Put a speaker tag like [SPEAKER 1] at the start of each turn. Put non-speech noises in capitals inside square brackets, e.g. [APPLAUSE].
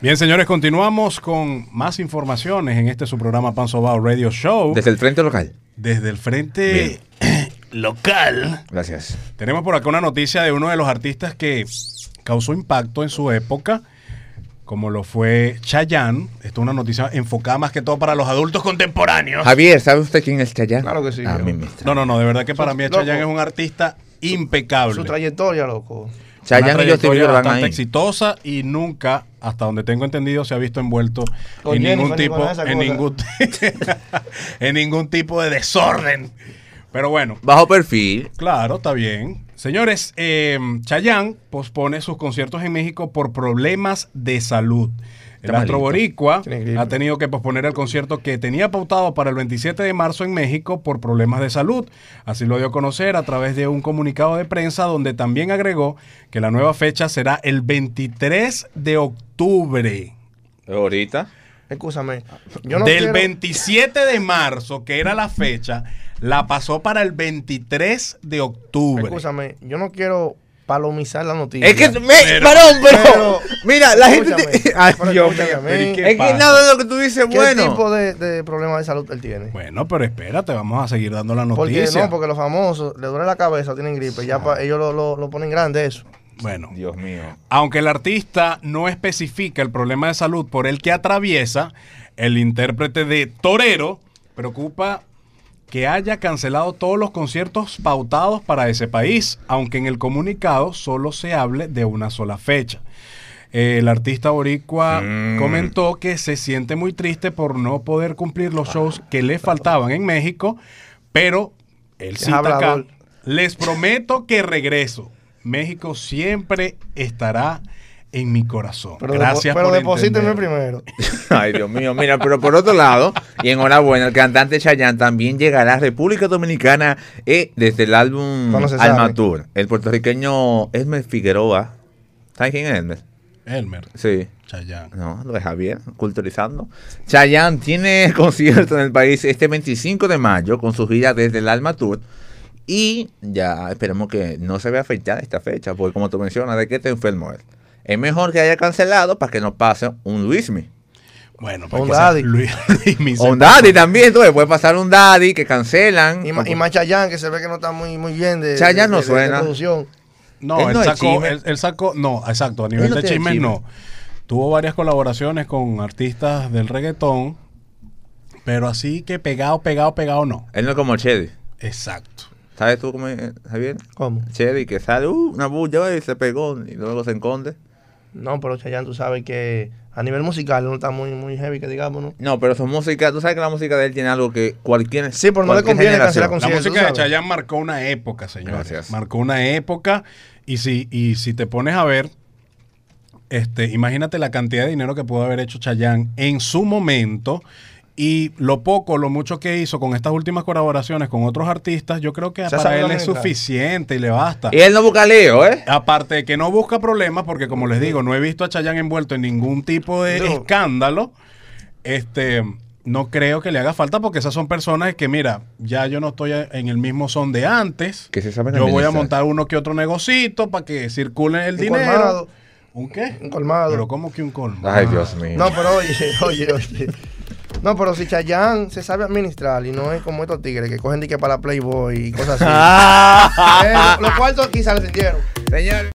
[SPEAKER 1] Bien, señores, continuamos con más informaciones en este su programa Pan Sobao Radio Show.
[SPEAKER 2] Desde el frente local.
[SPEAKER 1] Desde el frente [CLEARS THROAT] local.
[SPEAKER 2] Gracias.
[SPEAKER 1] Tenemos por acá una noticia de uno de los artistas que causó impacto en su época, como lo fue Chayanne. Esto es una noticia enfocada más que todo para los adultos contemporáneos.
[SPEAKER 2] Javier, ¿sabe usted quién es Chayanne? Ah,
[SPEAKER 3] Claro que sí.
[SPEAKER 2] A
[SPEAKER 3] yo.
[SPEAKER 2] mí me
[SPEAKER 1] No,
[SPEAKER 2] extraña.
[SPEAKER 1] no, no, de verdad que para mí
[SPEAKER 3] Loco.
[SPEAKER 1] Chayanne es un artista impecable.
[SPEAKER 3] Su trayectoria, loco.
[SPEAKER 1] una
[SPEAKER 2] Chayanne y yo te
[SPEAKER 1] trayectoria
[SPEAKER 2] van
[SPEAKER 1] bastante
[SPEAKER 2] ahí.
[SPEAKER 1] exitosa y nunca, hasta donde tengo entendido, se ha visto envuelto
[SPEAKER 3] Con
[SPEAKER 1] en
[SPEAKER 3] Jennifer
[SPEAKER 1] ningún
[SPEAKER 3] ni
[SPEAKER 1] tipo,
[SPEAKER 3] con esa
[SPEAKER 1] en
[SPEAKER 3] cosa.
[SPEAKER 1] ningún, [LAUGHS] en ningún tipo de desorden. Pero bueno,
[SPEAKER 2] Bajo perfil.
[SPEAKER 1] claro, está bien. Señores, eh, Chayanne pospone sus conciertos en México por problemas de salud. El
[SPEAKER 2] Está
[SPEAKER 1] astro
[SPEAKER 2] malito.
[SPEAKER 1] boricua
[SPEAKER 3] Tiene gripe.
[SPEAKER 1] ha tenido que posponer el concierto que tenía pautado para el 27 de marzo en México por problemas de salud. Así lo dio a conocer a través de un comunicado de prensa donde también agregó que la nueva fecha será el 23 de octubre.
[SPEAKER 2] Ahorita.
[SPEAKER 3] Escúchame. Yo no
[SPEAKER 1] Del
[SPEAKER 3] quiero-
[SPEAKER 1] 27 de marzo, que era la fecha, la pasó para el 23 de octubre.
[SPEAKER 3] Escúchame, yo no quiero palomizar la noticia.
[SPEAKER 2] Es que, me, varón, pero,
[SPEAKER 3] pero-
[SPEAKER 2] mira, la gente
[SPEAKER 3] Escúchame,
[SPEAKER 2] te- [LAUGHS] Ay,
[SPEAKER 3] pero
[SPEAKER 2] Dios mío.
[SPEAKER 3] escúchame,
[SPEAKER 1] pero ¿y qué?
[SPEAKER 2] Es que
[SPEAKER 1] pasa?
[SPEAKER 2] nada de lo que tú dices,
[SPEAKER 3] ¿Qué
[SPEAKER 2] bueno.
[SPEAKER 3] tipo de, de problema de salud él tiene?
[SPEAKER 1] Bueno, pero espérate, vamos a seguir dando la
[SPEAKER 3] porque
[SPEAKER 1] noticia.
[SPEAKER 3] no, porque los famosos le duele la cabeza, o tienen gripe, ya pa- ellos lo, lo- lo ponen grande eso.
[SPEAKER 1] Bueno,
[SPEAKER 2] Dios mío.
[SPEAKER 1] aunque el artista no especifica el problema de salud por el que atraviesa, el intérprete de Torero preocupa que haya cancelado todos los conciertos pautados para ese país, aunque en el comunicado solo se hable de una sola fecha. El artista boricua
[SPEAKER 2] Mm.
[SPEAKER 1] comentó que se siente muy triste por no poder cumplir los shows que le faltaban en México, pero él
[SPEAKER 3] Es
[SPEAKER 1] cita acá,
[SPEAKER 3] hablador.
[SPEAKER 1] les prometo que regreso. México siempre estará en mi corazón.
[SPEAKER 3] Pero,
[SPEAKER 1] Gracias
[SPEAKER 3] depo- pero
[SPEAKER 1] por
[SPEAKER 3] deposítenme
[SPEAKER 1] entender.
[SPEAKER 3] primero.
[SPEAKER 2] [LAUGHS] [LAUGHS] Ay, Dios mío. Mira, pero por otro lado, y enhorabuena, el cantante Chayanne también llegará a República Dominicana eh, desde el álbum
[SPEAKER 3] Cuando se sabe.
[SPEAKER 2] Alma Tour. El puertorriqueño Esmer Figueroa. ¿Sabes quién es Esmer?
[SPEAKER 1] Elmer,
[SPEAKER 2] Sí.
[SPEAKER 1] Chayanne.
[SPEAKER 2] No, lo de Javier, culturizando. Chayanne tiene [LAUGHS] concierto en el país este 25 de mayo con su gira desde el Alma Tour. Y ya esperemos que no se vea afectada esta fecha, porque como tú mencionas, ¿de qué te enfermo él? Es mejor que haya cancelado para que no pase un Luismi.
[SPEAKER 1] Bueno, para
[SPEAKER 3] Un
[SPEAKER 1] que sea
[SPEAKER 3] daddy.
[SPEAKER 1] Luis, [LAUGHS] Luis Misa.
[SPEAKER 2] O un Daddy también, entonces puede pasar un Daddy que cancelan.
[SPEAKER 3] Y, ma- y más Chayanne, que se ve que no está muy, muy bien de,
[SPEAKER 2] Chayanne
[SPEAKER 3] de-
[SPEAKER 2] no
[SPEAKER 3] de- de
[SPEAKER 2] suena.
[SPEAKER 3] producción.
[SPEAKER 1] No,
[SPEAKER 2] Él
[SPEAKER 1] él,
[SPEAKER 2] no es
[SPEAKER 1] sacó,
[SPEAKER 2] chisme.
[SPEAKER 1] él, él sacó, no, exacto, a nivel
[SPEAKER 2] Él no
[SPEAKER 1] de
[SPEAKER 2] tiene
[SPEAKER 1] chismes
[SPEAKER 2] chisme.
[SPEAKER 1] no. Tuvo varias colaboraciones con artistas del reggaetón, pero así que pegado, pegado, pegado no.
[SPEAKER 2] Él no es como Chedi.
[SPEAKER 1] Exacto.
[SPEAKER 2] ¿Sabes tú cómo es, Javier?
[SPEAKER 3] ¿Cómo?
[SPEAKER 2] Chedi que sale uh, una bulla y se pegó y luego se esconde.
[SPEAKER 3] No, pero Chayanne, tú sabes que a nivel musical no está muy, muy heavy, que digamos, ¿no?
[SPEAKER 2] No, pero su música, tú sabes que la música de él tiene algo que cualquier.
[SPEAKER 3] Sí, pero no le
[SPEAKER 2] cualquier
[SPEAKER 3] conviene
[SPEAKER 2] generación.
[SPEAKER 3] cancelar con-
[SPEAKER 1] La
[SPEAKER 3] Sí, tú
[SPEAKER 1] música de
[SPEAKER 3] sabes.
[SPEAKER 1] Chayanne marcó una época, señores.
[SPEAKER 2] Gracias.
[SPEAKER 1] Marcó una época y si, y si te pones a ver, este, imagínate la cantidad de dinero que pudo haber hecho Chayanne en su momento y lo poco, lo mucho que hizo con estas últimas colaboraciones con otros artistas, yo creo que
[SPEAKER 3] Se
[SPEAKER 1] para
[SPEAKER 3] sabe
[SPEAKER 1] él
[SPEAKER 3] la
[SPEAKER 1] es
[SPEAKER 3] letra.
[SPEAKER 1] suficiente y le basta.
[SPEAKER 2] Y él no busca lío, ¿eh?
[SPEAKER 1] Aparte de que no busca problemas, porque como les digo, no he visto a Chayanne envuelto en ningún tipo de
[SPEAKER 3] No.
[SPEAKER 1] escándalo. Este, no creo que le haga falta, porque esas son personas que, mira, ya yo no estoy en el mismo son de antes.
[SPEAKER 2] Que se saben
[SPEAKER 1] yo voy a
[SPEAKER 2] administrar.
[SPEAKER 1] montar uno que otro negocito para que circule el
[SPEAKER 3] Un
[SPEAKER 1] dinero.
[SPEAKER 3] colmado.
[SPEAKER 1] ¿Un qué?
[SPEAKER 3] Un colmado.
[SPEAKER 1] Pero ¿cómo que un colmado?
[SPEAKER 2] Ay, Dios mío. [LAUGHS]
[SPEAKER 3] No, pero oye, [LAUGHS] oye, oye. No, pero si Chayanne se sabe administrar y no es como estos tigres que
[SPEAKER 2] [LAUGHS]
[SPEAKER 3] cogen dique para Playboy y cosas así.
[SPEAKER 2] Ah,
[SPEAKER 3] Eh, los cuartos aquí se le sintieron.
[SPEAKER 2] [LAUGHS] señor.